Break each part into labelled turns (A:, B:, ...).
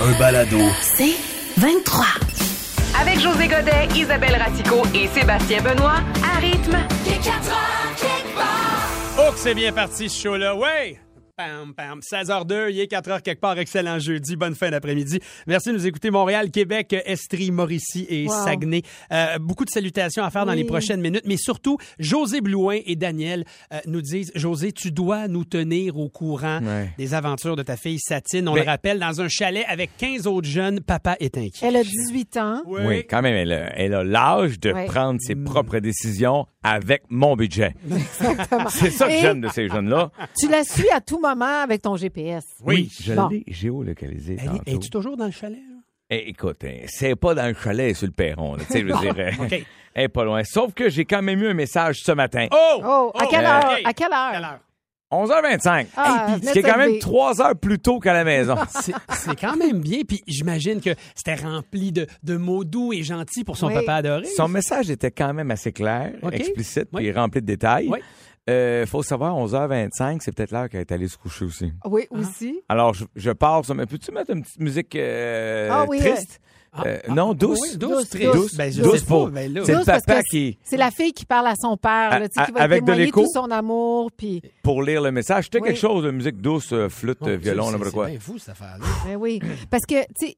A: Un balado.
B: C'est 23.
C: Avec José Godet, Isabelle Ratico et Sébastien Benoît, à rythme. Les 4
D: Oh, que c'est bien parti ce show-là. Ouais! Pam, pam. 16h02, il est 4h quelque part. Excellent jeudi. Bonne fin d'après-midi. Merci de nous écouter. Montréal, Québec, Estrie, Mauricie et
E: Wow.
D: Saguenay. Euh, beaucoup de salutations à faire dans
E: Oui.
D: les prochaines minutes. Mais surtout, José Blouin et Daniel euh, nous disent José, tu dois nous tenir au courant
F: Ouais.
D: des aventures de ta fille Satine. On
F: Ben-
D: le rappelle, dans un chalet avec 15 autres jeunes, papa est inquiet.
E: Elle a 18 ans.
F: Oui, quand même, elle a, elle a l'âge de
E: Ouais.
F: prendre ses propres décisions avec mon budget.
E: Exactement.
F: C'est ça que
E: Et
F: j'aime de ces jeunes-là.
E: Tu la suis à tout moment avec ton GPS.
F: Oui, je
E: Bon.
F: l'ai géolocalisé
D: Elle est-
F: tantôt.
D: Es-tu toujours dans le chalet? là?
F: Eh, écoute, hein, c'est pas dans le chalet elle est sur le perron, là, tu sais, je veux dire, euh,
D: OK.
F: elle est pas loin. Sauf que j'ai quand même eu un message ce matin.
D: Oh!
E: Oh, à quelle
F: euh,
E: heure?
D: ok.
E: À quelle heure?
D: Quelle heure?
F: 11h25,
E: Ah,
F: ce qui est quand même
E: venez
F: trois heures plus tôt qu'à la maison.
D: C'est- C'est quand même bien. Puis j'imagine que c'était rempli de, de mots doux et gentils pour son
E: Oui.
D: papa adoré.
F: Son message était quand même assez clair,
D: OK.
F: explicite,
D: Oui.
F: puis rempli de détails.
D: Oui.
F: Euh, faut savoir, 11h25, c'est peut-être l'heure qu'elle est allée se coucher aussi.
E: Oui, aussi.
F: Alors, je, je pars sur... mais Peux-tu mettre une petite musique euh,
E: Ah oui,
F: triste? Euh, non, douce.
D: hein. Ah, Oui,
E: Douce,
D: triste.
E: douce.
D: Ben, je
F: Douce
D: sais
F: pour-
D: pas, ben là.
F: C'est le
E: Douce parce
F: papa
E: que
F: qui-
E: C'est la fille qui parle à son père, là, tu sais, qui va
F: À- avec de
E: témoigner
F: l'écho.
E: tout son amour. Puis,
F: Pour lire le message, c'était
E: Oui.
F: quelque chose de musique douce, euh, flûte,
D: Mon Dieu,
F: violon,
D: c'est-
F: n'importe quoi.
D: C'est bien fou, cette affaire
E: Ben oui, parce que, tu sais,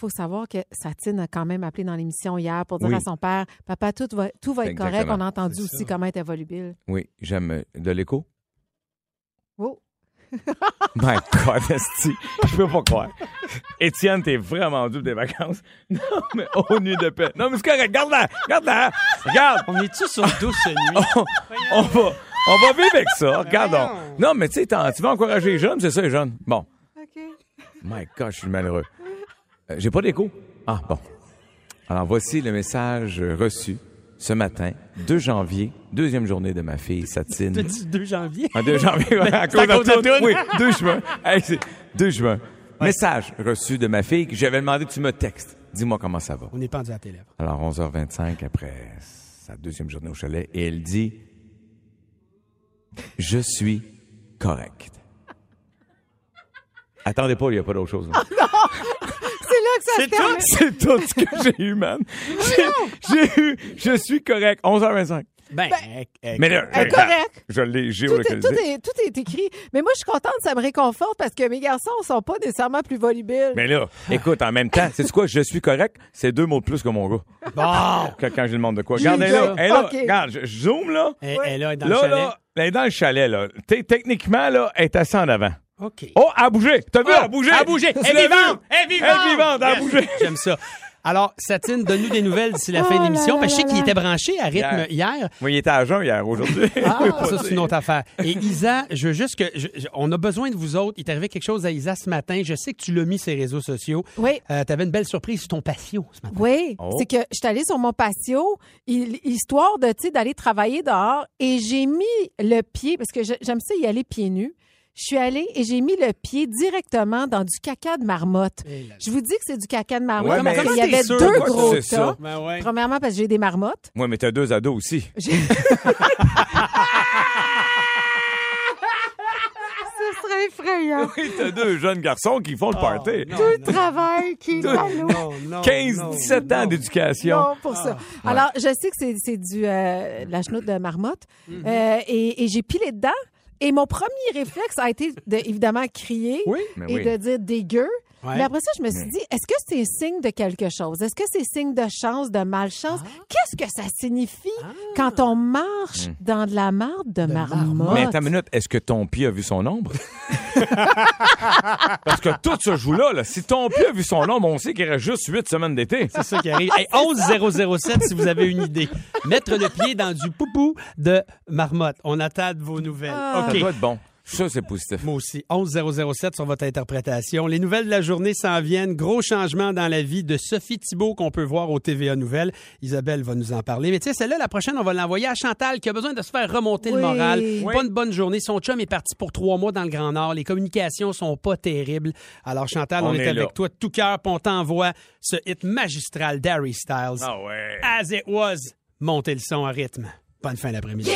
E: faut savoir que Satine a quand même appelé dans l'émission hier pour dire
F: Oui.
E: à son père, papa, tout va, tout va être correct. On
F: Exactement.
E: a entendu
D: C'est
E: aussi
D: ça.
E: comment elle était volubile.
F: Oui, j'aime euh, de l'écho.
E: Oh.
F: My God, esti. Je peux pas croire. Étienne, t'es vraiment dupe des vacances. Non, mais oh, nuit de paix. Non, mais c'est correct. Regarde-la. Regarde-la. Regarde.
D: On est-tu sur douce nuit?
F: On, on va, on va vivre avec ça. Regardons. Non, mais tu sais, t'en- tu vas encourager les jeunes, c'est ça, les jeunes. Bon. My God, je suis malheureux. Euh, J'ai pas d'écho. Ah, bon. Alors, voici le message euh, reçu ce matin, 2 janvier, deuxième journée de ma fille, Satine.
D: Le 2 janvier.
F: En 2 janvier, ouais, à
D: c'est à
F: cause de
D: cause de
F: la toune.
D: toune.
F: Oui, 2 juin. Hey, c'est 2 juin. Message reçu de ma fille que j'avais demandé tu me textes. Dis-moi comment ça va.
D: On est pendu à tes lèvres.
F: Alors, 11h25, après sa deuxième journée au chalet, et elle dit Je suis correct. Attendez pas, il n'y a pas d'autre chose. hein.
E: Ah,
F: là.
E: C'est là que ça se termine.
F: C'est tout ce que j'ai eu, man. J'ai- J'ai eu Je suis correct. 11h25.
D: Ben, euh, euh,
F: Mais là,
E: Elle est correcte.
F: je l'ai
E: Tout est,
F: géolocalisé.
E: tout, est, tout est écrit. Mais moi, je suis contente, ça me réconforte parce que mes garçons sont pas nécessairement plus volubiles.
F: Mais là, écoute, en même temps, c'est quoi? Je suis correct, c'est deux mots de plus que mon gars.
D: bon.
F: Que quand j'ai le monde de quoi.
E: J'ai
F: Regarde, elle est là,
E: le-
F: elle est là.
E: OK.
F: regarde, je, je zoome là.
D: Elle, elle est dans
F: là,
D: le chalet.
F: là, elle est dans le chalet, là. T'es- techniquement, là, elle est assez en avant.
D: OK.
F: Oh, elle a bougé! T'as vu?
D: Oh,
F: Elle a bougé!
D: Elle a bougé.
F: Tu
D: Elle
F: l'as
D: est
F: vu?
D: vivante. Elle est vivante.
F: Elle est vivante, elle a
D: Yes.
F: bougé.
D: J'aime ça. Alors, Satine, donne-nous des nouvelles d'ici la fin de
E: Oh
D: l'émission.
E: là
D: Parce que je sais
E: là
D: qu'il
E: là
D: était branché à rythme hier.
F: Moi, il était à jeun hier, aujourd'hui.
D: Ah, ça, c'est une autre affaire. Et Isa, je veux juste que. je- je- on a besoin de vous autres. Il est arrivé quelque chose à Isa ce matin. Je sais que tu l'as mis sur les réseaux sociaux.
E: Oui.
D: Euh, T'avais une belle surprise sur ton patio ce matin.
E: Oui,
F: Oh.
E: c'est que je suis allée sur mon patio, il- histoire de, tu sais, d'aller travailler dehors, et j'ai mis le pied, parce que je- j'aime ça y aller pieds nus. Je suis allée et j'ai mis le pied directement dans du caca de marmotte.
D: Eh là là.
E: Je vous dis que c'est du caca de marmotte.
F: Ouais, mais
E: parce qu'il y
D: comment t'es
E: avait
D: sûre,
E: deux
D: toi, que
E: gros
F: c'est ça?
E: tas.
D: Ben ouais.
E: Premièrement, parce que j'ai des marmottes.
F: Moi, mais t'as deux ados aussi.
E: J'ai- Ce serait effrayant.
F: Oui, t'as deux jeunes garçons qui font le party.
D: Ah, non,
E: Tout le travail qui est
F: Tout-
E: dans l'eau.
D: non, non,
F: 15,
D: non,
F: 17 ans
D: non.
F: d'éducation.
E: Non, pour ça. Alors, je sais que c'est c'est du euh, de la chenoute de marmotte Euh, et, et j'ai pilé dedans. Et mon premier réflexe a été de, évidemment crier
D: Oui.
F: Mais
E: et
F: oui.
E: de dire dégueu.
D: Ouais.
E: Mais après ça, je me suis dit, est-ce que c'est signe de quelque chose? Est-ce que c'est signe de chance, de malchance? Qu'est-ce que ça signifie quand on marche dans de la marde Ah. de, marmotte?
F: Mm. Mais attends une minute, est-ce que ton pied a vu son ombre? Parce que tout se joue là, là. Si ton pied a vu son ombre, on sait qu'il reste juste huit semaines d'été.
D: C'est ça qui arrive. Hey, 11007 si vous avez une idée. Mettre le pied dans du poupou de marmotte. On attend de vos nouvelles.
E: Ah.
D: OK.
F: Ça doit être bon. Ça, c'est positif.
D: Moi aussi. 11007 sur votre interprétation. Les nouvelles de la journée s'en viennent. Gros changement dans la vie de Sophie Thibault qu'on peut voir au TVA Nouvelles. Isabelle va nous en parler. Mais tu sais, celle-là, la prochaine, on va l'envoyer à Chantal qui a besoin de se faire remonter le
E: Oui.
D: moral.
E: Oui.
D: Pas une bonne journée. Son chum est parti pour trois mois dans le Grand Nord. Les communications sont pas terribles. Alors, Chantal, on,
F: On
D: est,
F: est
D: avec
F: là.
D: toi de tout cœur. puis On t'envoie ce hit magistral d'Harry Styles.
F: Ah ouais.
D: As it was. Montez le son à rythme. Bonne fin d'après-midi.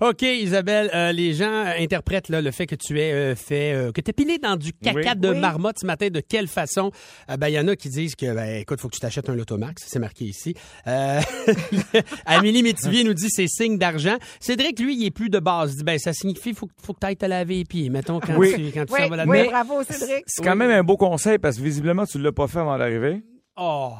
D: OK, Isabelle, euh, les gens euh, interprètent là, le fait que tu aies euh, fait, euh, que tu pilé dans du caca
F: Oui.
D: de
E: Oui.
D: marmotte ce matin. De quelle façon? Euh, ben, Il y en a qui disent que, ben, écoute, faut que tu t'achètes un Lotomax. C'est marqué ici. Euh, Amélie Métivier nous dit c'est signe d'argent. Cédric, lui, il est plus de base. Il dit, ben, ça signifie faut, que- faut que tu ailles te laver les pieds, mettons, quand
F: Oui.
D: tu, quand tu
E: Oui,
D: s'en vas la
E: oui,
D: nuit.
E: bravo, Cédric.
F: C'est quand même un beau conseil parce que visiblement, tu ne l'as pas fait avant d'arriver.
D: Oh.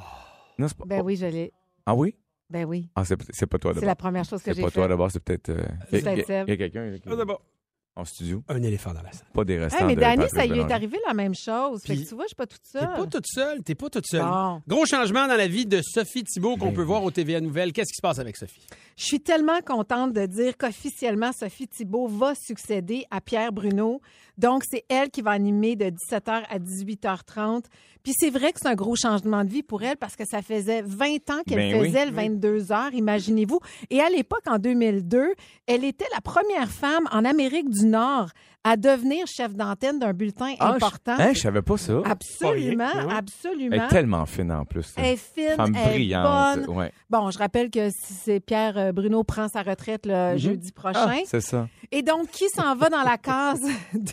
F: Non, c'est pas.
E: Ben oui, je l'ai.
F: Ah oui?
E: Ben oui.
F: Ah, c'est c'est pas toi
E: C'est
F: d'abord.
E: la première chose que
F: C'est
E: j'ai
F: pas
E: fait.
F: toi d'abord, c'est peut-être. euh,
E: C'est
F: Il y a-
E: peut-être
F: il y a,
E: Seb.
F: il y a quelqu'un là, qui- en studio.
D: Un éléphant dans la salle.
F: Pas des
E: Hey,
F: restants.
E: mais
F: de
E: Danny,
F: Patrick
E: ça lui est
F: Bélanger.
E: arrivé la même chose. Fait
D: Puis-
E: que tu vois, je suis pas toute
D: T'es
E: seule.
D: pas toute seule, t'es pas toute seule.
E: Bon.
D: Gros changement dans la vie de Sophie Thibault
F: Ben
D: qu'on peut voir au TVA Nouvelle. Qu'est-ce qui se passe avec Sophie?
E: Je suis tellement contente de dire qu'officiellement, Sophie Thibault va succéder à Pierre Bruno. Donc, c'est elle qui va animer de 17h à 18h30. Puis c'est vrai que c'est un gros changement de vie pour elle parce que ça faisait 20 ans qu'elle
F: Ben oui.
E: faisait le 22 heures, imaginez-vous. Et à l'époque, en 2002, elle était la première femme en Amérique du Nord à devenir chef d'antenne d'un bulletin
F: Ah, je-
E: important.
F: Hein, je Oh, savais pas ça.
E: Absolument,
D: Pas rien, oui.
F: Elle
E: absolument.
F: est tellement fine en plus. là.
E: Elle est fine,
F: Femme
E: elle est
F: brillante.
E: bonne.
F: Ouais.
E: Bon, je rappelle que si c'est Pierre euh, Bruno prend sa retraite le jeudi
F: Ah,
E: prochain.
F: c'est ça.
E: Et donc, qui s'en va dans la case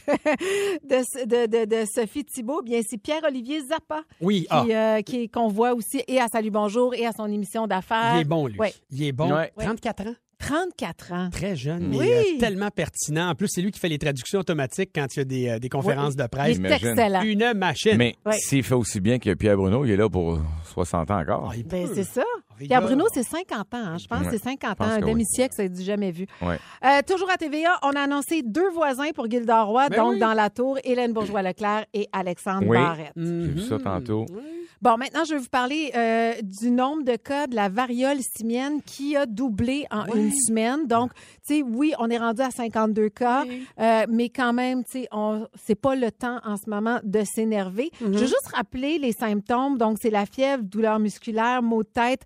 E: de, de, de, de- de Sophie Thibault? Bien, c'est Pierre-Olivier Zappa
D: Oui,
E: qui,
F: ah,
E: euh, qui- qu'on voit aussi et à Salut Bonjour et à son émission d'affaires.
D: Il est bon, lui.
E: Ah, ouais.
D: Il est bon.
F: Ouais.
D: 34 ans.
E: 34 ans.
D: Très jeune,
F: Mm.
D: mais
E: Oui.
D: euh, tellement pertinent. En plus, c'est lui qui fait les traductions automatiques quand il y a des, euh, des conférences de
E: Il
D: presse.
E: est
F: J'imagine.
E: excellent.
D: Une machine.
F: Mais
E: Ouais.
F: s'il fait aussi bien que Pierre Bruno, il est là pour 60 ans encore.
D: Ah, il
E: Ben,
D: peut.
E: c'est ça.
D: Rigueur.
E: Pierre Bruno, c'est 50 ans, hein, je pense.
F: Ouais,
E: C'est 50 ans,
F: pense
E: un
F: que oui.
E: demi-siècle, ça a du jamais vu.
F: Ouais.
E: Euh, toujours à TVA, on a annoncé deux voisins pour Gilda Roy,
D: Ben
E: donc
D: oui.
E: dans la tour, Hélène Bourgeois-Leclerc et Alexandre
F: Oui.
E: Barrette.
F: J'ai vu ça
E: mm-hmm.
D: Mhm.
F: tantôt.
E: Bon, maintenant, je vais vous parler euh, du nombre de cas de la variole simienne qui a doublé en une semaine. Donc, tu sais, oui, on est rendu à 52 cas, euh, mais quand même, tu sais, on- c'est pas le temps en ce moment de s'énerver. Je vais juste rappeler les symptômes. Donc, c'est la fièvre, douleur musculaire, maux de tête.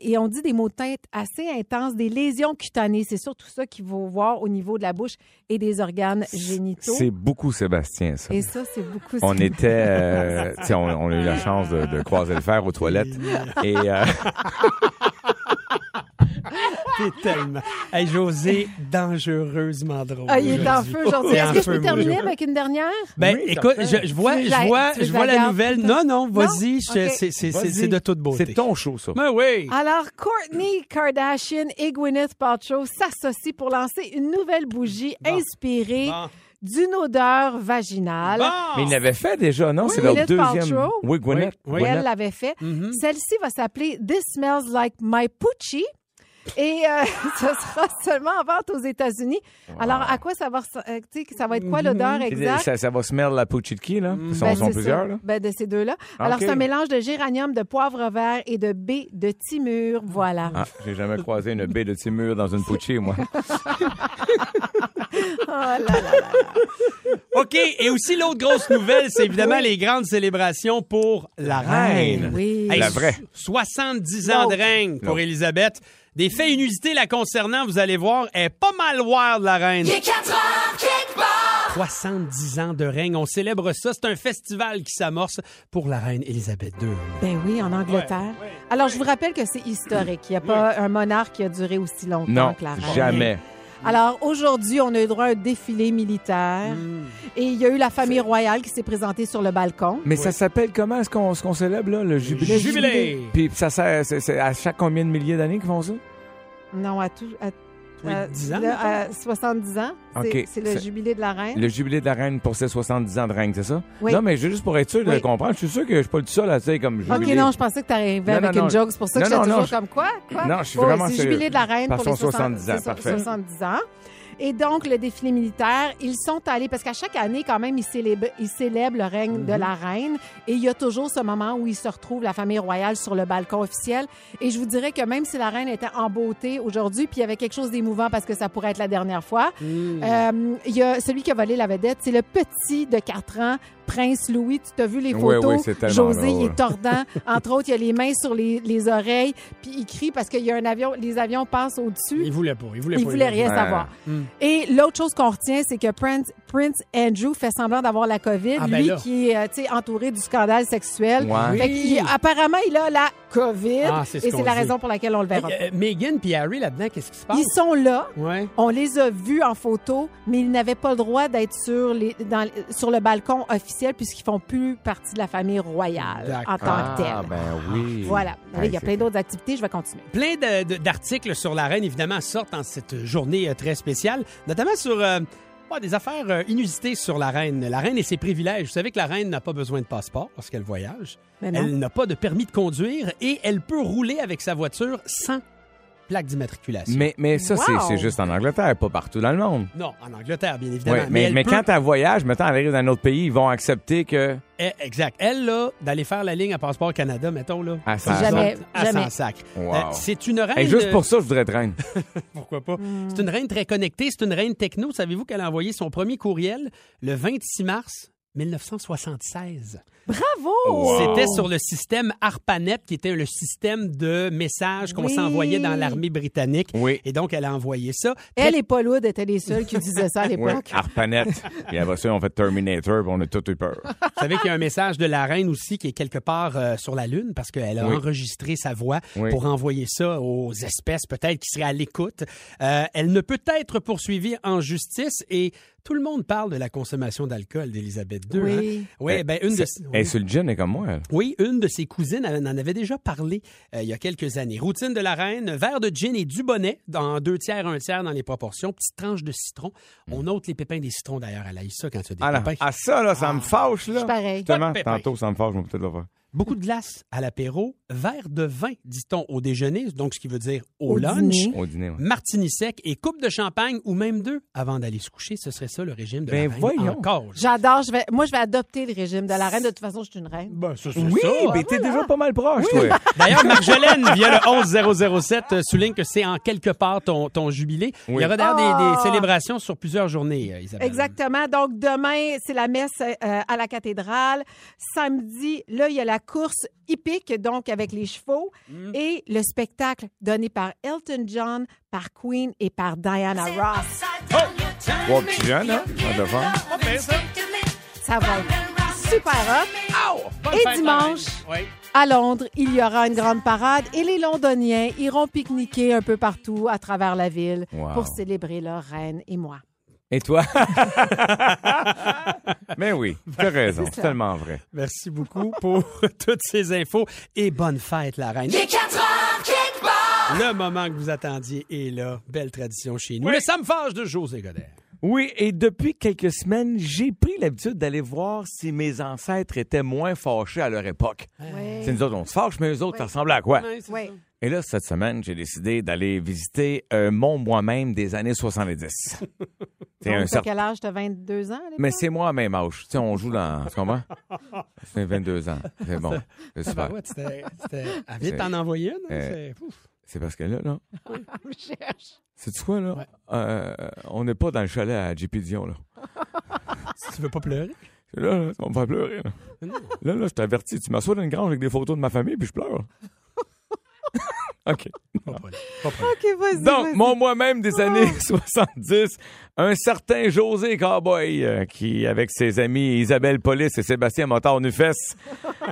E: Et on dit des maux de tête assez intenses, des lésions cutanées. C'est surtout ça qu'il faut voir au niveau de la bouche et des organes génitaux.
F: C'est beaucoup Sébastien, ça.
E: Et ça, c'est beaucoup.
F: On était, euh, tu sais, on, on a eu la chance de, de croiser le fer aux toilettes. Et euh,
D: T'es tellement. Hey, José, dangereusement drôle.
E: Ah, il est en
D: aujourd'hui.
E: feu aujourd'hui.
D: Il est en
E: Est-ce que je
D: feu,
E: peux
D: mon
E: terminer
D: Joe.
E: avec une dernière?
D: Ben,
F: Oui,
D: écoute,
F: certain.
D: je, je vois,
E: Tu veux
D: je
E: que je
D: vois,
E: la- tu veux
D: je
E: que
D: vois
E: je la
D: la
E: garde
D: nouvelle.
E: tout le temps?
D: Non, non, vas-y, je-
E: Ok.
D: c'est- c'est
F: Vas-y.
D: c'est de toute beauté.
F: c'est ton show, ça.
D: Mais oui.
E: Alors, Courtney Kardashian et Gwyneth Paltrow s'associent pour lancer une nouvelle bougie inspirée
D: Bon.
E: d'une odeur vaginale.
D: Bon.
F: Mais il l'avait fait déjà, non?
E: Oui,
F: c'est leur
E: Gwyneth
F: deuxième.
E: Paltrow.
F: Oui, Gwyneth.
D: Oui, oui.
F: Gwyneth.
E: Elle l'avait fait.
D: Mhm.
E: Celle-ci va s'appeler This Smells Like My Poochie. Et euh, ce sera seulement en vente aux États-Unis. Alors, à quoi ça va, res- euh, tu sais, ça va être
D: Mm-hmm.
E: quoi l'odeur exacte?
F: Ça, ça va se mêler la Puchitki, là.
D: Mm.
F: Ils sont,
E: Ben,
F: sont
E: c'est
F: plusieurs,
E: ça.
F: là. Ah,
E: Ben, de ces deux-là. Alors,
F: OK.
E: c'est un mélange de géranium, de poivre vert et de baie de timur. Voilà.
F: Ah, j'ai jamais croisé une baie de Timur dans une Pucci, moi.
E: Oh là
F: Ah.
E: là.
D: OK. Et aussi, l'autre grosse nouvelle, c'est évidemment les grandes célébrations pour la reine.
E: Ben Oui.
D: Hey,
F: La
D: so-
F: vraie.
D: 70 ans de
E: L'autre.
D: règne pour
F: L'autre.
D: Élisabeth. Des faits inusités la concernant, vous allez voir, elle est pas mal wild, la reine. 70 ans de règne, on célèbre ça. C'est un festival qui s'amorce pour la reine Élisabeth II.
E: Ben oui, en Angleterre.
D: Ouais, ouais,
E: Alors, je vous rappelle que c'est historique. Il n'y a pas un monarque qui a duré aussi longtemps
F: Non,
E: que la reine.
F: jamais.
E: Alors, aujourd'hui, on a eu droit à un défilé militaire.
F: Mm.
D: Hmm.
E: Et il y a eu la famille royale qui s'est présentée sur le balcon.
F: Mais ça s'appelle comment est-ce qu'on ce qu'on célèbre, là, le jubilé?
D: Jubilé.
F: Puis ça sert, c'est, c'est à chaque combien de milliers d'années qu'ils font ça?
E: Non, à tout... à-
D: Oui,
E: à-
D: 10 ans,
E: là,
D: mettons.
E: à 70 ans. C'est
F: OK.
E: c'est le
F: C'est-
E: jubilé de la reine.
F: Le jubilé de la reine pour ses 70 ans de règne, c'est ça?
E: Oui.
F: Non, mais juste pour être sûr de
E: Oui.
F: comprendre, je suis sûr que je suis pas le seul à dire comme jubilé.
E: OK, non, je pensais que tu arrivais
F: Non,
E: avec
F: non, non.
E: une joke. C'est pour ça que j'étais
F: Non, non,
E: toujours
F: non, je-
E: comme quoi? quoi?
F: Non, je suis
E: Ouais,
F: vraiment
E: C'est le
F: sérieux.
E: jubilé de la reine
F: Par
E: pour les
F: son 70 ans,
E: c'est son
F: parfait.
E: 70 ans. Et donc, le défilé militaire, ils sont allés, parce qu'à chaque année, quand même, ils célèbrent, ils célèbrent le règne de
F: Mhm.
E: la reine. Et il y a toujours ce moment où ils se retrouvent, la famille royale, sur le balcon officiel. Et je vous dirais que même si la reine était en beauté aujourd'hui, puis il y avait quelque chose d'émouvant parce que ça pourrait être la dernière fois,
F: Hmm.
E: euh, il y a celui qui a volé la vedette, c'est le petit de 4 ans, Prince Louis. Tu t'as vu les
F: Oui,
E: photos?
F: oui, c'est tellement
E: José, il
F: drôle.
E: est tordant. Entre autres, il a les mains sur les, les oreilles, puis il crie parce qu'il y a un avion, les avions passent au-dessus.
D: Il voulait pas. Il voulait
E: Il
D: pas.
E: voulait rien
F: Ouais.
E: savoir.
D: Hmm.
E: Et l'autre chose qu'on retient, c'est que Prince, Prince Andrew fait semblant d'avoir la COVID,
D: Ah, ben
E: lui
D: là.
E: qui est euh, tu sais, entouré du scandale sexuel.
F: Ouais.
E: Fait qu'il- apparemment, il a la COVID
D: Ah, c'est ce
E: et
D: qu'on
E: c'est la
D: dit.
E: raison pour laquelle on le verra.
D: Hey, euh, Meghan puis Harry là-dedans, qu'est-ce qui se passe?
E: Ils sont là.
D: Ouais.
E: On les a vus en photo, mais ils n'avaient pas le droit d'être sur, les, dans- sur le balcon officiel puisqu'ils font plus partie de la famille royale en tant
F: Ah,
E: que telle.
F: ben oui.
E: Voilà. il
F: Hey,
E: y a
F: c'est-
E: plein d'autres activités. Je vais continuer.
D: Plein de- de- d'articles sur la reine, évidemment, sortent en cette journée euh, très spéciale, notamment sur euh, ouais, des affaires euh, inusitées sur la reine. La reine et ses privilèges. Vous savez que la reine n'a pas besoin de passeport parce qu'elle voyage.
E: Mais non.
D: Elle n'a pas de permis de conduire et elle peut rouler avec sa voiture sans plaque d'immatriculation.
F: Mais, mais ça, c'est-
E: Wow.
F: c'est juste en Angleterre, pas partout dans le monde.
D: Non, en Angleterre, bien
F: Oui,
D: évidemment.
F: mais, mais,
D: elle peut-
F: quand elle voyage, mettons, elle arrive dans un autre pays, ils vont accepter que.
D: Eh, Exact. Elle, là, d'aller faire la ligne à Passeport Canada, mettons, là.
F: À s'en
E: Jamais,
D: sac. À
E: jamais.
D: s'en sac.
F: Wow.
D: Euh, c'est une reine...
F: Hey, juste pour ça, je voudrais traîner.
D: Pourquoi pas?
E: Hmm.
D: C'est une reine très connectée, c'est une reine techno. Savez-vous qu'elle a envoyé son premier courriel le 26 mars 1976?
E: Bravo!
D: C'était sur le système ARPANET, qui était le système de messages qu'on
E: Oui.
D: s'envoyait dans l'armée britannique.
F: Oui.
D: Et donc, elle a envoyé ça.
E: Elle et Paul Wood étaient les seuls qui disaient ça à
F: Oui,
E: l'époque.
F: Arpanet. Puis après ça, on fait Terminator, puis on a tout eu peur.
D: Vous savez qu'il y a un message de la reine aussi qui est quelque part euh, sur la Lune parce qu'elle a
F: Oui.
D: enregistré sa voix
F: Oui.
D: pour envoyer ça aux espèces peut-être qui seraient à l'écoute. Euh, elle ne peut être poursuivie en justice et tout le monde parle de la consommation d'alcool d'Élisabeth II.
E: Oui.
D: hein. Ouais, ben, une de...
F: Eh, C'est-
D: oui.
F: Elle est sur le gin, elle est comme moi, elle.
D: Oui, une de ses cousines elle en avait déjà parlé euh, il y a quelques années. Routine de la reine, verre de gin et du bonnet, dans deux tiers, un tiers dans les proportions, petite tranche de citron. On ôte les pépins des citrons d'ailleurs, elle a ça quand tu as des
F: Hmm. Ah, là,
D: pépins.
F: ah, ça, là, ça me fâche, là.
E: suis pareil.
F: Justement,
D: Pas de pépins.
F: tantôt, ça me fâche, je vais peut-être le faire.
D: Beaucoup de glace à l'apéro, verre de vin, dit-on, au déjeuner, donc ce qui veut dire au,
E: Au
D: lunch,
E: dîner.
F: Au dîner, ouais.
D: martini sec et coupe de champagne ou même deux avant d'aller se coucher. Ce serait ça le régime de
F: Ben,
D: la reine.
F: voyons.
D: Encore. là.
E: J'adore. Je vais, moi, je vais adopter le régime de la reine. De toute façon, je suis une reine.
D: Ben, ça, c'est
F: Oui,
D: ça.
F: mais t'es déjà pas mal proche, toi.
D: D'ailleurs, Marjolaine, via le 11007, euh, souligne que c'est en quelque part ton, ton jubilé. Il y aura d'ailleurs des- des,
E: Ah.
D: célébrations sur plusieurs journées, euh, Isabelle.
E: Exactement. Donc, demain, c'est la messe euh, à la cathédrale. Samedi, là, il y a la course hippique, donc avec les chevaux, et le spectacle donné par Elton John, par Queen et par Diana Ross.
F: Trois petits jeunes, hein, en devant.
E: Ça va être super hot. Et dimanche,
D: Ouais.
E: à Londres, il y aura une grande parade et les Londoniens iront pique-niquer un peu partout à travers la ville
F: Wow.
E: pour célébrer leur reine et moi.
F: Et toi? Mais oui, t'as raison, c'est tellement vrai.
D: Merci beaucoup pour toutes ces infos et bonne fête, la reine. Le moment que vous attendiez est là. Belle tradition chez nous. Le samphage de José Godet.
F: Oui, et depuis quelques semaines, j'ai pris l'habitude d'aller voir si mes ancêtres étaient moins fâchés à leur époque. C'est nous autres, on se fâche, mais eux autres, ça ressemblait à quoi?
E: Oui.
F: Et là, cette semaine, j'ai décidé d'aller visiter un mon moi-même des années 70. c'est un
E: Donc, t'as
F: certain...
E: quel âge? T'as 22 ans? à l'époque?
F: Mais c'est moi à même âge. Tu sais, on joue dans... Tu comprends? J'ai 22 ans. C'est bon. C'est super.
D: Tabarouette, c'était- c'était- Elle vient de
F: C'est-
D: t'en envoyer une. hein,
F: Euh,
D: c'est- Pouf.
F: C'est parce que là, là...
E: Je cherche.
F: C'est quoi, là? Euh, on n'est pas dans le chalet à JP Dion, là.
D: Tu veux pas pleurer?
F: Là, là, ça va me faire pleurer. Là, là, là, je t'avertis, tu m'assois dans une grange avec des photos de ma famille, puis je pleure. OK.
D: Pas problème, pas problème.
E: OK, vas-y.
F: Donc,
E: vas-y. Ah.
F: mon moi-même des années 70, un certain José Cowboy, euh, qui, avec ses amis Isabelle Polis et Sébastien Motard Nufes,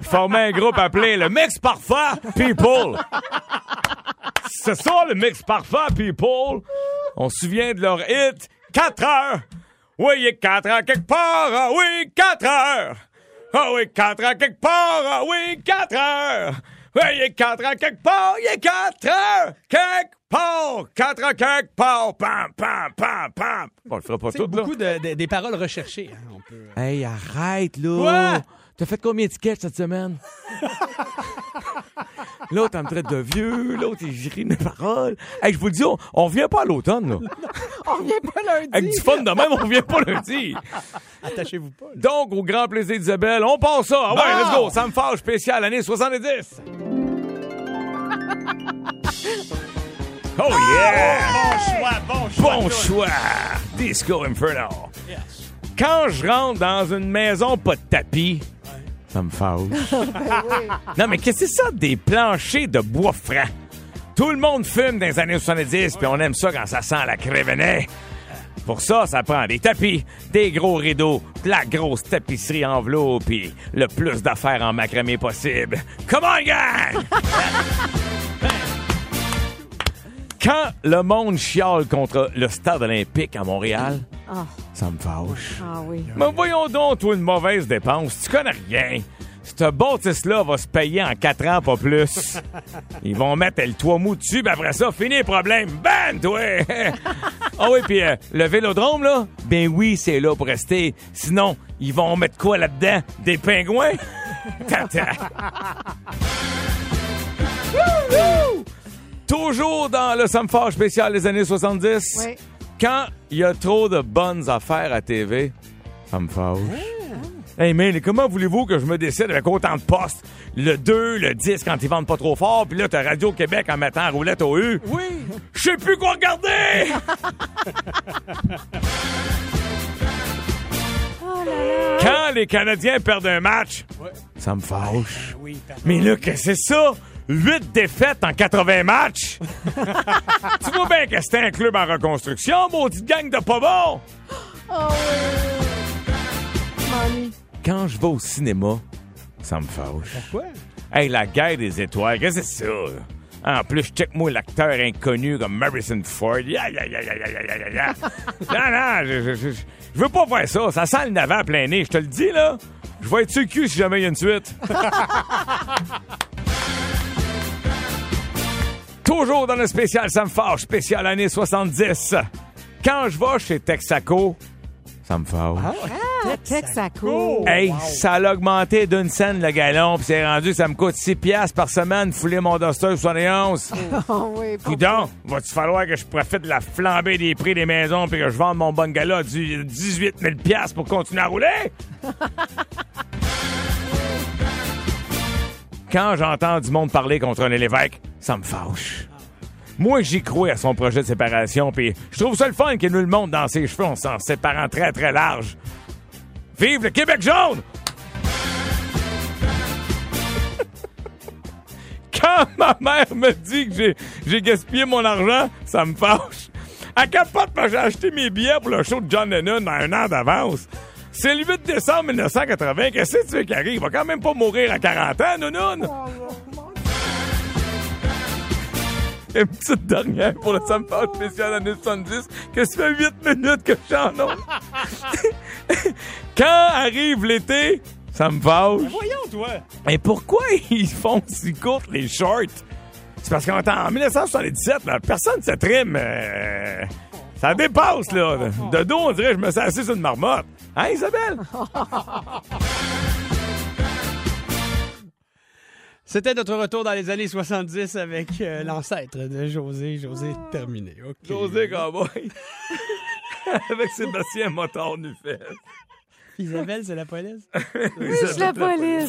F: formait un groupe appelé le Mix Parfait People. C'est ça, le Mix Parfait People. On se souvient de leur hit 4 heures. Oui, il est 4 heures quelque part. Ah oui, 4 heures. Ah oui, 4 heures quelque part. Ah oui, 4 heures. Oui, il est 4 heures quelque part. Il est 4 heures quelque part. 4 heures quelque part. Pam, pam, pam, pam. On le fera pas
D: Tu sais,
F: tout, là.
D: beaucoup de, de- des paroles recherchées. hein, on peut-
F: Hey, arrête, là.
D: Quoi?
F: T'as fait combien de sketchs cette semaine? L'autre, elle me traite de vieux. L'autre, il rit mes paroles. Hey, je vous le dis, on, on revient pas à l'automne, là.
E: On revient pas lundi.
F: Avec du fun de même, on revient pas lundi.
D: Attachez-vous pas. là.
F: Donc, au grand plaisir d'Isabelle, on passe ça. Ah ouais, let's go. Ça me fâche spécial, année 70. Oh yeah! Bon choix, bon choix. Disco Inferno. Quand je rentre dans une maison pas de tapis, ça me fâche. Non, mais qu'est-ce que c'est ça, des planchers de bois franc? Tout le monde fume dans les années 70, puis on aime ça quand ça sent la crévenet. Pour ça, ça prend des tapis, des gros rideaux, de la grosse tapisserie enveloppe, puis le plus d'affaires en macramé possible. Come on, gang! Quand le monde chiale contre le stade olympique à Montréal,
E: Ah.
F: ça me fâche.
E: Ah oui.
F: Mais voyons donc, toi, une mauvaise dépense. Tu connais rien. Cette bâtisse-là va se payer en quatre ans, pas plus. Ils vont mettre le toit mou dessus, puis après ça, fini le problème. Ben, toi! Ah oui, puis euh, le vélodrome, là, ben oui, c'est là pour rester. Sinon, ils vont mettre quoi là-dedans? Des pingouins? Tata! Wouhou! Toujours dans le Sam Fort spécial des années 70.
E: Oui.
F: Quand il y a trop de bonnes affaires à TV, ça me fâche. Hey man, comment voulez-vous que je me décide avec autant de postes? Le 2, le 10 quand ils vendent pas trop fort, puis là, t'as Radio-Québec en mettant la roulette au U. Oui! Je sais plus quoi regarder! Quand les Canadiens perdent un match, ça me fâche.
D: Oui, t'as-
F: Mais là, qu'est-ce que c'est ça? 8 défaites en 80 matchs! tu vois bien que c'était un club en reconstruction, maudite gang de pas bon!
E: Ah oui. Je m'ennuie.
F: Quand je vais au cinéma, ça me fâche.
D: Quoi?
F: Hey, la guerre des étoiles, qu'est-ce que c'est ça? là? En plus, check-moi l'acteur inconnu comme Harrison Ford. Ya, ya, ya, ya, ya, ya, ya, ya, ya. non, non, je, je- je- je veux pas faire ça. Ça sent le navant à plein nez. Je te le dis, là. Je vais être sur le cul si jamais il y a une suite. Toujours dans le spécial Sam Fâche, spécial année 70. Quand je vais chez Texaco, ça me fâche.
E: Ah, Texaco.
F: Hey, ça l'a augmenté d'une scène le gallon, puis c'est rendu, ça me coûte 6 piastres par semaine, fouler mon Duster 71.
E: Ah oui. pas-
F: Coudon, va-tu falloir que je profite de la flambée des prix des maisons puis que je vende mon bungalow à du 18 000 piastres pour continuer à rouler? Quand j'entends du monde parler contre un évêque, ça me fâche. Moi, j'y crois à son projet de séparation, puis je trouve ça le fun qu'il nous le montre dans ses cheveux en s'en séparant très, très large. Vive le Québec jaune! Quand ma mère me dit que j'ai- j'ai gaspillé mon argent, ça me fâche. À capote, parce que j'ai acheté mes billets pour le show de John Lennon à un an d'avance. C'est le 8 décembre 1980. Qu'est-ce que tu veux qu'il arrive? Il va quand même pas mourir à 40 ans, nounoun! Une petite dernière pour le Sam Ford spécial année 70 que ça fait 8 minutes que je suis en onde. Quand arrive l'été, ça me fâche.
D: Voyons, toi!
F: Mais pourquoi ils font si courtes les shorts? C'est parce qu'en temps- en 1977, là, personne ne se trime. euh, ça dépasse, là. De dos, on dirait que je me suis assis sur une marmotte. Hein, Isabelle?
D: C'était notre retour dans les années 70 avec euh, l'ancêtre de José. José terminé. OK.
F: José Cowboy. Avec Sébastien Motor Nufel.
D: Isabelle, c'est la police?
E: Je suis la police.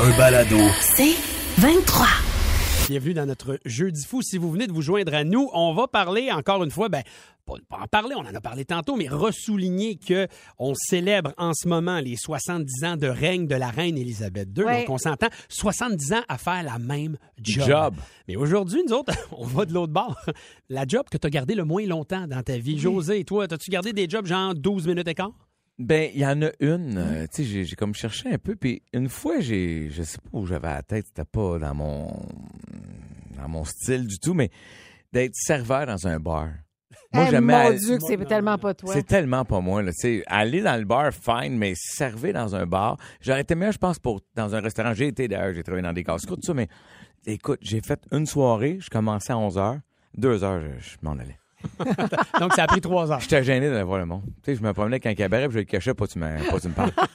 A: Un balado.
B: C'est 23.
D: Bienvenue dans notre Jeudi fou. Si vous venez de vous joindre à nous, on va parler encore une fois ben, pas, pas en parler, on en a parlé tantôt, mais ressouligner que on célèbre en ce moment les 70 ans de règne de la reine Élisabeth II.
G: Ouais.
D: Donc, on s'entend 70 ans à faire la même job.
F: Job.
D: Mais aujourd'hui, nous autres, on va de l'autre bord. La job que tu as gardée le moins longtemps dans ta vie. José, toi, as-tu gardé des jobs genre 12 minutes et quart?
F: Ben, il y en a une. euh, tu sais, j'ai- j'ai comme cherché un peu. Puis une fois, j'ai, je sais pas où j'avais la tête. C'était pas dans mon, dans mon style du tout, mais d'être serveur dans un bar.
E: Eh,
F: j'aimais
E: mon
F: aller-
E: Dieu, que c'est tellement pas toi.
F: C'est tellement pas moi. Là, tu sais. aller dans le bar, fine, mais servir dans un bar. J'aurais été meilleur, je pense, pour dans un restaurant. J'ai été d'ailleurs, j'ai travaillé dans des casse-croûtes, tout ça, mais écoute, j'ai fait une soirée, je commençais à 11 h. Deux heures, je, je m'en allais.
D: Donc, ça a pris trois heures.
F: J'étais gêné d'aller voir le monde. Tu sais, je me promenais avec un cabaret, puis je le cachais, pas tu me, pas tu me parles.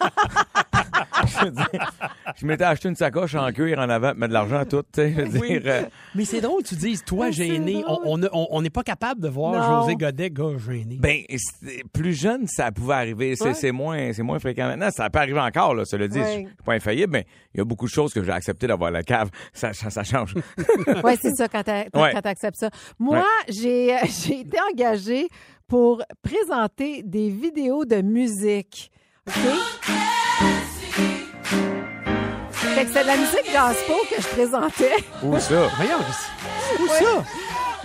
F: Je veux dire, je m'étais acheté une sacoche en cuir en avant, pour mettre de l'argent à tout, tu sais. je veux
D: Oui.
F: dire, euh,
D: Mais Ah, c'est drôle, tu dises, toi, gêné. On- On n'est on, on n'est pas capable de voir
F: Non.
D: José Godet, gars, gêné.
F: Ben, c'est- plus jeune, ça pouvait arriver. C'est
D: Ouais.
F: c'est moins, c'est moins fréquent maintenant. Ça peut arriver encore, là, cela dit.
E: Ouais.
F: Je suis pas infaillible, mais il y a beaucoup de choses que j'ai accepté d'avoir à la cave. Ça, ça, ça change.
E: Oui, c'est ça, quand t'a-
F: Ouais.
E: quand t'acceptes ça. Moi,
F: Ouais.
E: j'ai euh, j'ai été engagée pour présenter des vidéos de musique. OK? Fait que c'est de la musique gospel que je présentais.
F: Où ça?
D: Voyons,
E: Où ça?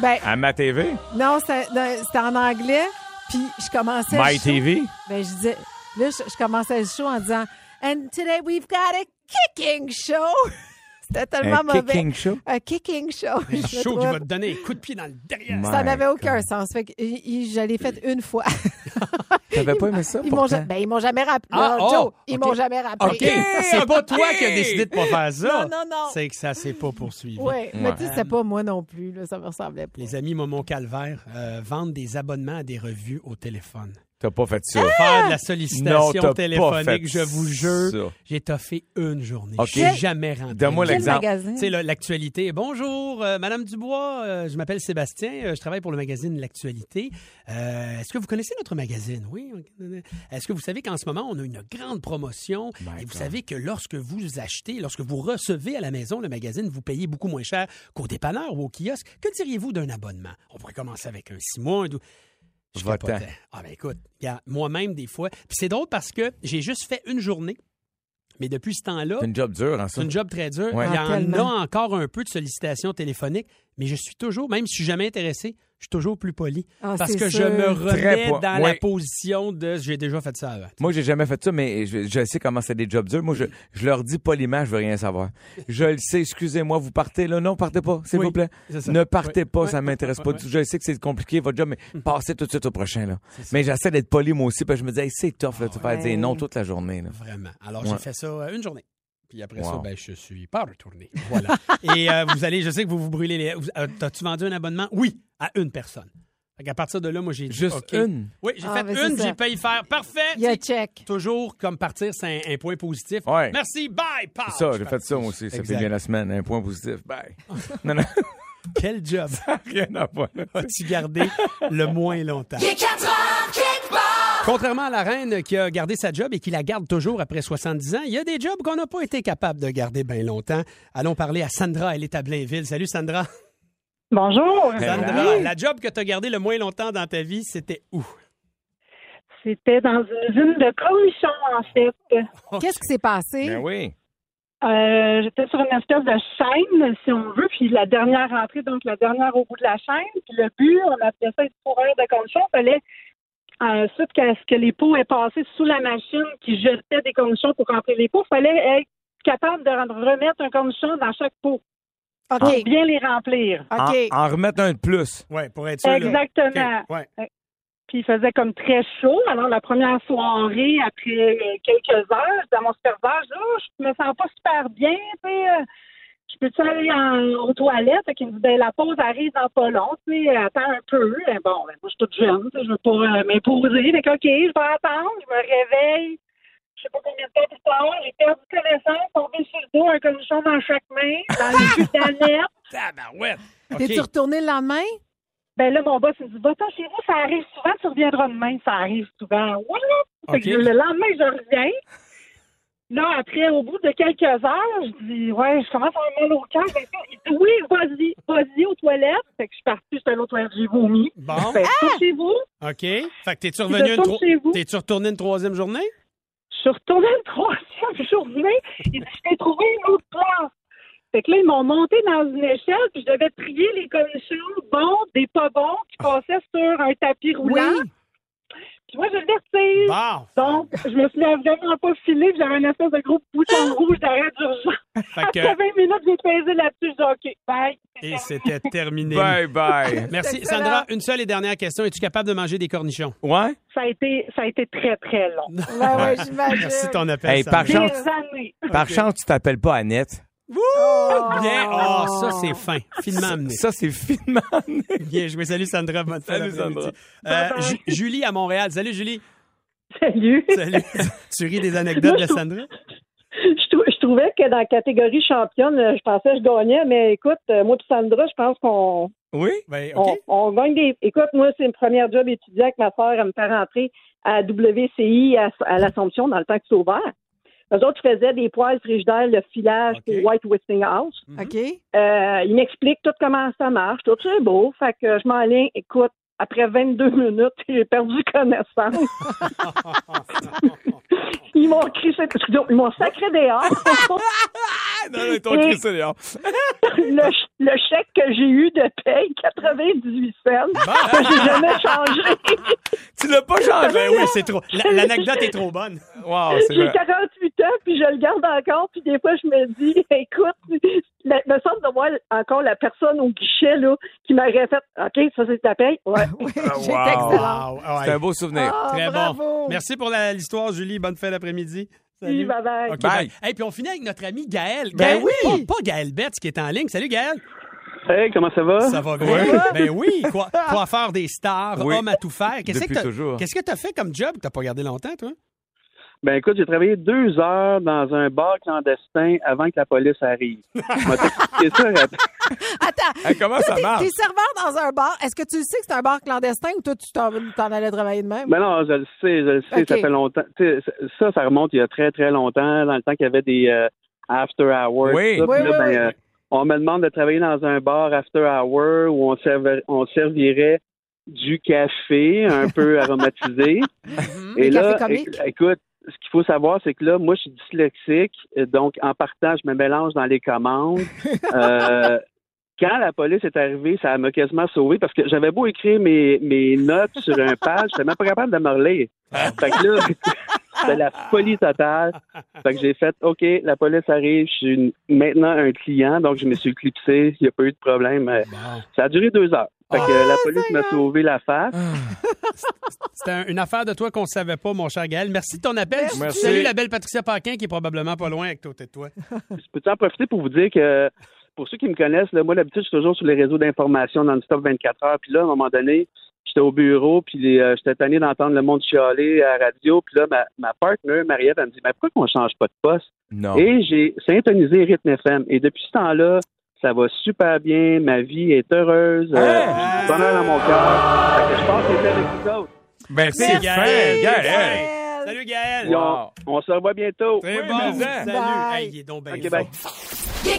E: Ben,
F: à ma TV?
E: non, c'est- non, c'était en anglais. Puis je commençais.
F: My
E: le show-
F: TV?
E: Ben, je disais. Là, je, je commençais le show en disant And today we've got a kicking show. c'était tellement
D: Un
E: mauvais.
D: kicking show?
E: Un kicking show.
D: Un
E: Je me
D: show qui
E: trouvais
D: va te donner un coup de pied dans le derrière.
E: ça n'avait aucun sens. Fait que, il- il- je l'ai fait une fois.
F: T'avais pas aimé ça?
E: Ils m'ont, ja-
F: pourtant?
E: ben, ils m'ont jamais rappelé.
D: Ah,
E: Non,
D: oh,
E: Joe, ils
D: ok.
E: m'ont jamais rappelé.
D: OK, c'est pas toi qui as décidé de pas faire ça.
E: Non, non, non.
D: C'est que ça s'est pas poursuivi.
E: Oui, mais tu sais, c'était pas moi non plus. Là, ça me ressemblait pas.
D: Les amis Momon Calvaire euh, vendent des abonnements à des revues au téléphone.
F: T'as pas fait
E: Ah!
F: ça.
D: Faire de la
F: Non,
D: sollicitation
F: t'as pas
D: téléphonique,
F: fait
D: je vous
F: ça.
D: jure, j'ai toffé une journée.
F: OK.
D: Je suis jamais rentré.
F: Donne-moi Quel l'exemple. magasin?
D: Tu sais, là, l'actualité. Bonjour, euh, Madame Dubois, euh, je m'appelle Sébastien, euh, je travaille pour le magazine L'actualité. Euh, Est-ce que vous connaissez notre magazine? Oui. Est-ce que vous savez qu'en ce moment, on a une grande promotion et vous savez que lorsque vous achetez, lorsque vous recevez à la maison le magazine, vous payez beaucoup moins cher qu'au dépanneur ou au kiosque. Que diriez-vous d'un abonnement? On pourrait commencer avec un six mois, un dou- je
F: Va-t'en.
D: capotais. Ah ben écoute, regarde, moi-même des fois. Puis c'est drôle parce que j'ai juste fait une journée, mais depuis ce temps-là,
F: C'est une job dure, en ça.
D: c'est une job très dure.
F: Ouais.
D: Il y
F: Ah,
D: en a
F: tellement.
D: encore un peu de sollicitations téléphoniques, mais je suis toujours, même si je suis jamais intéressé, je suis toujours plus poli
F: Ah,
D: parce
F: c'est
D: que je
F: sûr.
D: me remets
F: Très
D: dans
F: po-
D: la
F: ouais.
D: position de j'ai déjà fait ça avant.
F: Moi, j'ai jamais fait ça, mais je, je sais comment c'est des jobs durs. Moi, je, je leur dis poliment, je veux rien savoir. Je le sais, excusez-moi, vous partez là. Non, partez pas, s'il
D: Oui,
F: vous plaît.
D: c'est ça.
F: Ne partez
D: Ouais.
F: pas,
D: Ouais, Mm.
F: ça m'intéresse
D: ouais,
F: pas
D: ouais,
F: du tout. Je sais que c'est compliqué, votre job, mais passez tout de suite au prochain, là. Mais j'essaie d'être poli, moi aussi, parce que je me dis, Hey, c'est tough, là, tu vas
D: ouais.
F: dire non toute la journée, là.
D: Vraiment. Alors
F: Ouais.
D: j'ai fait ça euh, une journée. Puis après ça,
F: Wow.
D: ben, je suis pas retourné. Voilà. Et euh, vous allez, je sais que vous vous brûlez les. vous- euh, T'as-tu vendu un abonnement? Oui, à une personne. à partir de là, moi, j'ai dit.
F: Juste
D: OK.
F: une?
D: Oui, j'ai
E: Ah, ben,
D: fait
E: c'est
D: une,
E: ça.
D: j'ai payé faire. Parfait.
E: Il y a check.
D: Toujours comme partir, c'est un, un point positif.
F: Ouais.
D: Merci, bye, pause.
F: Ça, j'ai fait ça, moi aussi. Ça
D: Ah, Exact.
F: fait bien la semaine. Un point positif. Bye. non, non.
D: Quel job?
F: rien à voir.
D: As-tu gardé le moins longtemps? Contrairement à la reine qui a gardé sa job et qui la garde toujours après 70 ans, il y a des jobs qu'on n'a pas été capable de garder bien longtemps. Allons parler à Sandra, elle est à Blainville. Salut Sandra.
H: Bonjour.
D: Sandra, la job que tu as gardée le moins longtemps dans ta vie, c'était où?
H: C'était dans une usine de cornichons, en fait.
E: Qu'est-ce qui s'est passé?
F: Ben oui.
H: Euh, J'étais sur une espèce de chaîne, si on veut, puis la dernière entrée, donc la dernière au bout de la chaîne, puis le but, on appelait ça une fourrure de cornichons, il fallait euh, suite qu'à ce que les pots aient passé sous la machine qui jetait des cornichons pour remplir les pots, il fallait être capable de remettre un cornichon dans chaque pot pour bien les remplir.
F: En, en remettre un de plus.
D: Oui, pour être
H: Exactement. Puis il faisait comme très chaud. Alors, la première soirée, après euh, quelques heures, je dis à mon superviseur, je dis, oh, je me sens pas super bien. tu sais, euh, Je peux-tu aller en- aux toilettes? Fait qu'il me dit, ben, la pause arrive dans pas long. tu sais, Attends un peu. Ben, bon, ben, moi, je suis toute jeune. tu sais, Je veux pas euh, m'imposer. Fait que, OK, je vais attendre. Je me réveille. Je sais pas combien de temps plus tard. J'ai perdu connaissance, tombé sur le dos, un cornichon dans chaque main, dans les jus d'aneth.
D: Tabarouette.
E: T'es-tu retourné le lendemain?
H: Ben là, mon boss il me dit Va-t'en chez vous, ça arrive souvent, tu reviendras demain, ça arrive souvent. What? Fait que
E: OK.
H: le lendemain, je reviens.
I: Là, après, au bout de quelques heures, je dis, ouais, je commence à avoir mal au cœur. Ben, il dit, oui, vas-y, vas-y aux toilettes. Fait que je suis partie, j'étais allée aux toilettes, j'ai vomi.
D: Bon.
J: Ben,
I: Fait que je suis chez vous.
D: OK. Fait que
I: Puis
D: t'es-tu Ah! revenu
I: de
D: une
I: retour
D: tro-
I: chez vous.
D: T'es-tu retourné une troisième journée?
I: Je suis retournée une troisième journée. Il dit, je t'ai trouvé une autre place. Fait que là, ils m'ont monté dans une échelle, puis je devais trier les commissions bons, des pas bons, qui passaient sur un tapis roulant. Puis moi, j'ai le vertige. Donc, je me suis vraiment pas filée, puis j'avais une espèce de gros bouton rouge d'arrêt d'urgence.
D: Fait que-
I: Après 20 minutes, j'ai pesé là-dessus, j'ai dit, OK, bye.
D: Et c'était terminé.
F: Bye, bye.
D: Merci.
I: Excellent.
D: Sandra, une seule et dernière question. Es-tu capable de manger des cornichons?
F: Ouais.
I: Ça a été, ça a été très, très long.
D: ouais, j'imagine. Merci de ton appel,
F: Hey, par
I: Sandra.
F: chance,
I: Des années.
F: par
I: Ok.
F: chance, tu t'appelles pas Annette.
D: Bien. Oh, ça, c'est fin. Finement amené.
F: Ça, c'est finement amené.
D: Bien joué. Salut, Sandra. Bonne fin
F: Salut,
D: d'après-midi.
F: Sandra.
D: Euh, Ju- Julie à Montréal. Salut, Julie.
I: Salut.
D: Salut. tu ris des anecdotes de Sandra?
K: je, trou- je trouvais que dans la catégorie championne, euh, je pensais que je gagnais, mais écoute, euh, moi et Sandra, je pense qu'on
F: Oui?
D: Ben,
J: Oh.
K: on, on gagne des. Écoute, moi, c'est une première job étudiant que ma soeur elle me fait rentrer à WCI à, à l'Assomption dans le temps que c'est ouvert. Eux autres faisaient des poêles frigidaires, le filage pour White Westinghouse.
D: Mm-hmm.
E: OK.
K: Euh, ils m'expliquent tout comment ça marche. Tout c'est beau. Fait que je m'enligne. Écoute, après 22 minutes, j'ai perdu connaissance. ils m'ont crissé, excusez-moi, ils m'ont sacré dehors.
F: Ah, Non, non, ils t'ont crié ça, Léon.
K: le, ch- le chèque que j'ai eu de paye, 98 cents,
F: Bah!
K: que j'ai jamais changé.
F: tu l'as pas changé?
D: Ben oui, c'est trop. la- L'anecdote est trop bonne.
F: Wow, c'est
K: J'ai
F: vrai.
K: 48 ans, puis je le garde encore, puis des fois, je me dis, écoute, la- me semble de voir encore la personne au guichet, là, qui m'aurait fait, OK, ça, c'est ta paye? Ouais.
F: Wow.
D: excellent.
F: Ah, C'est un beau souvenir.
D: Très bon. Merci pour la- l'histoire, Julie. Bonne fin d'après-midi.
K: Oui,
D: Salut.
K: bye-bye.
D: OK,
F: Bye.
D: bye. Hey, puis on finit avec notre ami Gaël.
J: Ben
D: Gaël-
J: oui!
D: Pas, pas Gaël Betts qui est en ligne. Salut, Gaël.
J: Hey, comment ça va?
D: Ça va bien. Ben oui, quoi, coiffeur des stars,
J: Oui.
D: homme à tout faire. Qu'est-ce que
J: Depuis
D: t'as-
J: toujours.
D: Qu'est-ce que tu as fait comme job que tu pas gardé longtemps, toi?
J: Ben écoute, j'ai travaillé deux heures dans un bar clandestin avant que la police arrive. Je vais t'expliquer ça rapide.
E: Attends.
J: Hey, comment
E: Toi,
J: ça
E: t'es-
J: marche?
E: T'es serveur dans un bar. Est-ce que tu le sais que c'est un bar clandestin ou toi, tu t'en, t'en allais travailler de même?
J: Ben non, je le sais, je le sais,
E: Ok.
J: ça fait longtemps. Tu sais, ça, ça remonte il y a très, très longtemps, dans le temps qu'il y avait des euh, after hours.
F: Oui.
J: tout ça. Puis
F: Oui,
J: là,
F: oui,
J: ben,
F: oui.
J: euh, on me demande de travailler dans un bar after hour où on, servi- on servirait du café un peu aromatisé.
L: Des
J: Et là,
L: cafés comiques.
J: é- écoute, ce qu'il faut savoir, c'est que là, moi, je suis dyslexique. et Donc, en partant, je me mélange dans les commandes. Euh, quand la police est arrivée, ça m'a quasiment sauvé parce que j'avais beau écrire mes, mes notes sur un page, j'étais même pas capable de me relire. Fait que là, c'était la folie totale. Fait que j'ai fait, OK, la police arrive, je suis une- maintenant un client, donc je me suis clipsé, il n'y a pas eu de problème. Euh, Ça a duré deux heures. Fait que euh, la police m'a sauvé la face.
D: C'était un- une affaire de toi qu'on ne savait pas, mon cher Gaël. Merci de ton appel.
J: Merci.
D: Salut la belle Patricia Paquin qui est probablement pas loin avec toi, de toi.
J: Je peux en profiter pour vous dire que pour ceux qui me connaissent, là, moi d'habitude, je suis toujours sur les réseaux d'information dans le stop 24 heures. Puis là, à un moment donné, j'étais au bureau, puis euh, j'étais tanné d'entendre le monde chialer à la radio. Puis là, ma, ma partner, Mariette, elle me dit Mais pourquoi qu'on change pas de poste
F: Non.
J: Et j'ai syntonisé Rythme FM. Et depuis ce temps-là, ça va super bien. Ma vie est heureuse. euh, du bonheur dans mon cœur. Fait que je passe les faits avec vous autres.
F: Ben,
D: c'est Merci, fin, Gaël.
F: Gaël.
D: Salut, Gaël.
J: Et on- On, se revoit bientôt.
D: Très bon. Salut. Hey, il est donc bien
J: OK, ben,
D: fort.
J: hein. bye.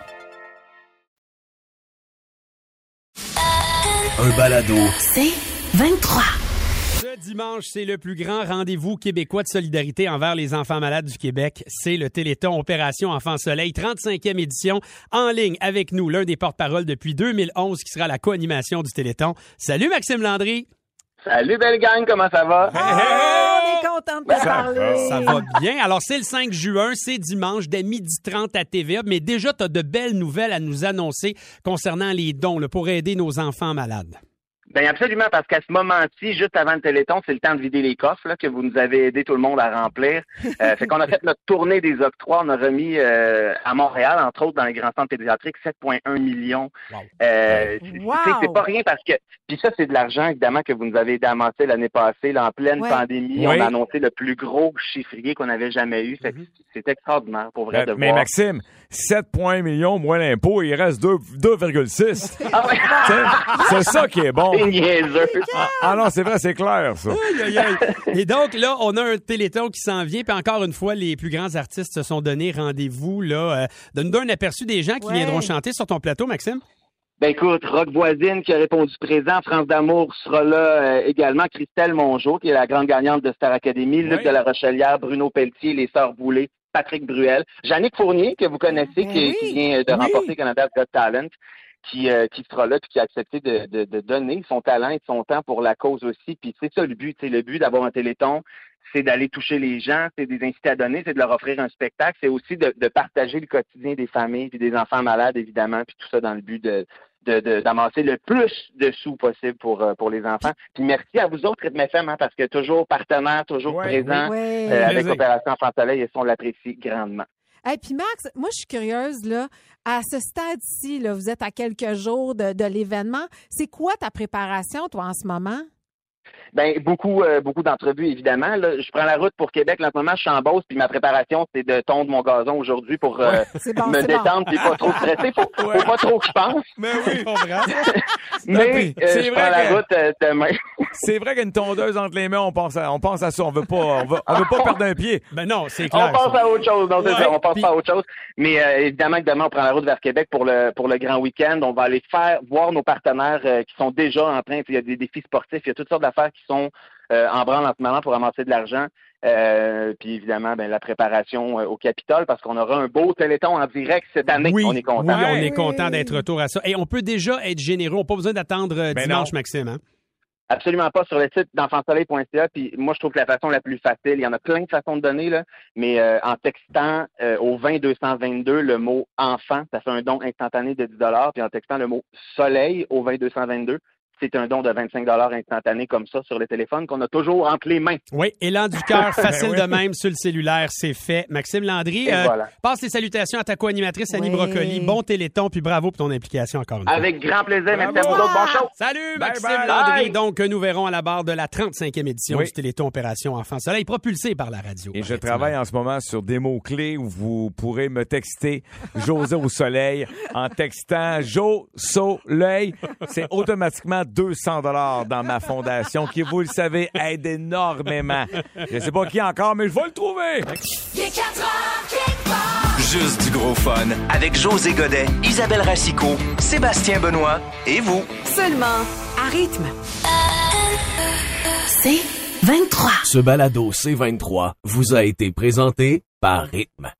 M: Un balado.
N: C'est 23.
D: Ce dimanche, c'est le plus grand rendez-vous québécois de solidarité envers les enfants malades du Québec. C'est le Téléthon Opération Enfant Soleil, 35e édition, en ligne avec nous, l'un des porte-parole depuis 2011 qui sera à la co-animation du Téléthon. Salut Maxime Landry.
O: Salut, belle gang, comment ça va?
E: On est content de te parler.
D: Ça va bien. Alors, c'est le 5 juin, c'est dimanche, dès midi 30 à TVA. Mais déjà, tu as de belles nouvelles à nous annoncer concernant les dons là, pour aider nos enfants malades.
J: Ben absolument, parce qu'à ce moment-ci, juste avant le Téléthon, c'est le temps de vider les coffres là, que vous nous avez aidé tout le monde à remplir. Euh, fait qu'on a fait notre tournée des octrois. On a remis euh, à Montréal, entre autres, dans les grands centres pédiatriques, 7,1 millions. Euh, c'est-
E: Wow!
J: c'est- C'est pas rien parce que... Puis ça, c'est de l'argent, évidemment, que vous nous avez aidé à amasser l'année passée. Là, en pleine
E: Ouais.
J: pandémie,
F: Oui.
J: on a annoncé le plus gros chiffrier qu'on avait jamais eu. Fait que C'est extraordinaire, pour vrai, de
F: Mhm. Euh, mais
J: voir.
F: Maxime, 7,1 millions moins l'impôt, il reste 2 2,6.
J: Ah ouais.
F: T'sais, c'est ça qui est bon.
J: C'est niaiseux.
F: Ah, ah non, c'est vrai, c'est clair, ça.
D: Aïe, aïe, aïe. Et donc, là, on a un téléthon qui s'en vient. Puis encore une fois, les plus grands artistes se sont donné rendez-vous. là. Euh, Donne-nous un aperçu des gens qui viendront chanter sur ton plateau, Maxime.
J: Ben écoute, Rock Voisine qui a répondu présent, France d'Amour sera là euh, également, Christelle Mongeau qui est la grande gagnante de Star Academy, Luc de la Rochelière, Bruno Pelletier, les Sœurs Boulay, Patrick Bruel, Jannick Fournier que vous connaissez
P: oui.
J: qui, qui vient de
P: Oui.
J: remporter Canada's Got Talent. Qui, euh, qui sera là puis qui a accepté de, de- de donner son talent et son temps pour la cause aussi. Puis c'est ça le but, c'est le but d'avoir un téléthon, c'est d'aller toucher les gens, c'est de les inciter à donner, c'est de leur offrir un spectacle, c'est aussi de, de partager le quotidien des familles puis des enfants malades évidemment, puis tout ça dans le but de de- de- d'amasser le plus de sous possible pour euh, pour les enfants. Puis merci à vous autres Rythme FM hein, parce que toujours partenaire, toujours présent
E: oui. Ouais.
J: euh, avec
E: Plaisir.
J: Opération Enfant Soleil et ça, on l'apprécie grandement.
E: Et puis Max, moi je suis curieuse là, à ce stade-ci là, vous êtes à quelques jours de, de l'événement. C'est quoi ta préparation toi en ce moment
J: Ben beaucoup, euh, beaucoup d'entrevues évidemment. Là, je prends la route pour Québec. Là, en ce moment, je suis en Beauce, puis ma préparation, c'est de tondre mon gazon aujourd'hui pour euh,
E: C'est bon,
J: me
E: Ah, c'est bon.
J: détendre, puis pas trop stresser. Faut, faut pas trop que je pense.
F: Mais oui,
J: Mais euh,
F: C'est
J: je
F: vrai
J: prends la
F: que-
J: route euh, demain.
F: C'est vrai qu'une tondeuse entre les mains, on pense à, on pense à ça. On veut pas, on veut, on veut
J: Ah.
F: pas perdre un pied.
D: Ben non, c'est
J: On pense à autre chose, non, c'est
F: Ouais,
J: ça, on pense pas à autre chose. Mais euh, évidemment que demain, on prend la route vers Québec pour le pour le grand week-end. On va aller faire voir nos partenaires euh, qui sont déjà en train. Il y a des défis sportifs, il y a toutes sortes d'affaires qui sont euh, en branle en ce moment pour amasser de l'argent. Euh, puis évidemment, ben, la préparation euh, au Capitole, parce qu'on aura un beau téléthon en direct cette année. on est content.
D: Oui, on est content d'être retour à ça. Et on peut déjà être généreux. On n'a pas besoin d'attendre euh,
J: Ben
D: dimanche,
J: non.
D: Maxime. hein?
J: Absolument pas sur le site d'enfantsoleil.ca. Puis moi, je trouve que la façon la plus facile, il y en a plein de façons de donner, là, mais euh, en textant euh, au 2222 le mot enfant, ça fait un don instantané de 10 Puis en textant le mot soleil au 2222, c'est un don de 25 instantané comme ça sur le téléphone qu'on a toujours entre les mains.
D: Oui, élan du cœur, facile
J: Ben oui.
D: de même sur le cellulaire, c'est fait. Maxime Landry,
J: Et
D: euh,
J: voilà.
D: passe les salutations à ta co-animatrice Annie
J: Oui.
D: Brocoli. Bon téléthon, puis bravo pour ton implication encore une fois.
J: Avec grand plaisir, merci à vous autres. Bon show!
D: Salut, Maxime
J: Bye bye.
D: Landry,
J: Bye.
D: donc, que nous verrons à la barre de la 35e édition
F: Oui.
D: du Téléthon Opération Enfant Soleil, propulsé par la radio.
F: Et je travaille en ce moment sur des mots-clés où vous pourrez me texter José au soleil en textant Jo Soleil. C'est automatiquement 200 dollars dans ma fondation qui, vous le savez, aide énormément. Je sais pas qui encore, mais je vais le trouver.
Q: Juste du gros fun avec José Godet, Isabelle Racicot, Sébastien Benoît et vous.
C: Seulement à rythme.
B: C'est 23.
R: Ce balado C23 vous a été présenté par Rythme.